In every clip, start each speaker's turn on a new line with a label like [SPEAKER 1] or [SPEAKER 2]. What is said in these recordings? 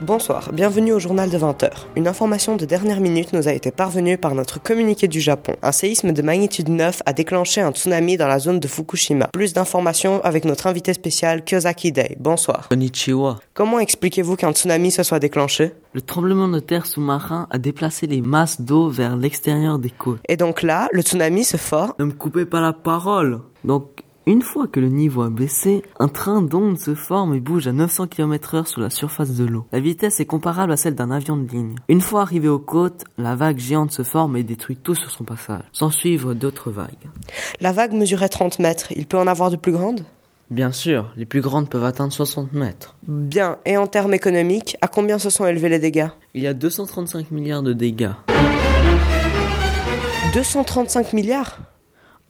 [SPEAKER 1] Bonsoir, bienvenue au journal de 20h. Une information de dernière minute nous a été parvenue par notre communiqué du Japon. Un séisme de magnitude 9 a déclenché un tsunami dans la zone de Fukushima. Plus d'informations avec notre invité spécial Kyozaki Day. Bonsoir.
[SPEAKER 2] Konnichiwa.
[SPEAKER 1] Comment expliquez-vous qu'un tsunami se soit déclenché
[SPEAKER 2] Le tremblement de terre sous-marin a déplacé les masses d'eau vers l'extérieur des côtes.
[SPEAKER 1] Et donc là, le tsunami se forme.
[SPEAKER 2] Ne me coupez pas la parole. Donc, une fois que le niveau a baissé, un train d'onde se forme et bouge à 900 km heure sous la surface de l'eau. La vitesse est comparable à celle d'un avion de ligne. Une fois arrivé aux côtes, la vague géante se forme et détruit tout sur son passage, sans suivre d'autres vagues.
[SPEAKER 1] La vague mesurait 30 mètres, il peut en avoir de plus grandes
[SPEAKER 2] Bien sûr, les plus grandes peuvent atteindre 60 mètres.
[SPEAKER 1] Bien, et en termes économiques, à combien se sont élevés les dégâts
[SPEAKER 2] Il y a 235 milliards de dégâts.
[SPEAKER 1] 235 milliards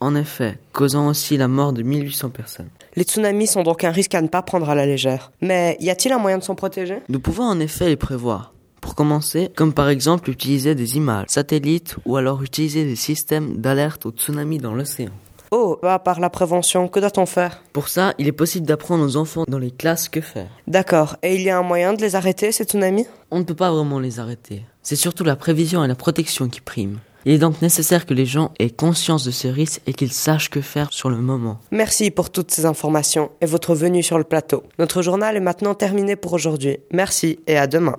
[SPEAKER 2] En effet, causant aussi la mort de 1800 personnes.
[SPEAKER 1] Les tsunamis sont donc un risque à ne pas prendre à la légère. Mais y a-t-il un moyen de s'en protéger
[SPEAKER 2] Nous pouvons en effet les prévoir. Pour commencer, comme par exemple utiliser des images, satellites ou alors utiliser des systèmes d'alerte au tsunami dans l'océan.
[SPEAKER 1] Oh, bah, à part la prévention, que doit-on faire
[SPEAKER 2] Pour ça, il est possible d'apprendre aux enfants dans les classes que faire.
[SPEAKER 1] D'accord, et il y a un moyen de les arrêter, ces tsunamis
[SPEAKER 2] On ne peut pas vraiment les arrêter. C'est surtout la prévision et la protection qui priment. Il est donc nécessaire que les gens aient conscience de ce risque et qu'ils sachent que faire sur le moment.
[SPEAKER 1] Merci pour toutes ces informations et votre venue sur le plateau. Notre journal est maintenant terminé pour aujourd'hui. Merci et à demain.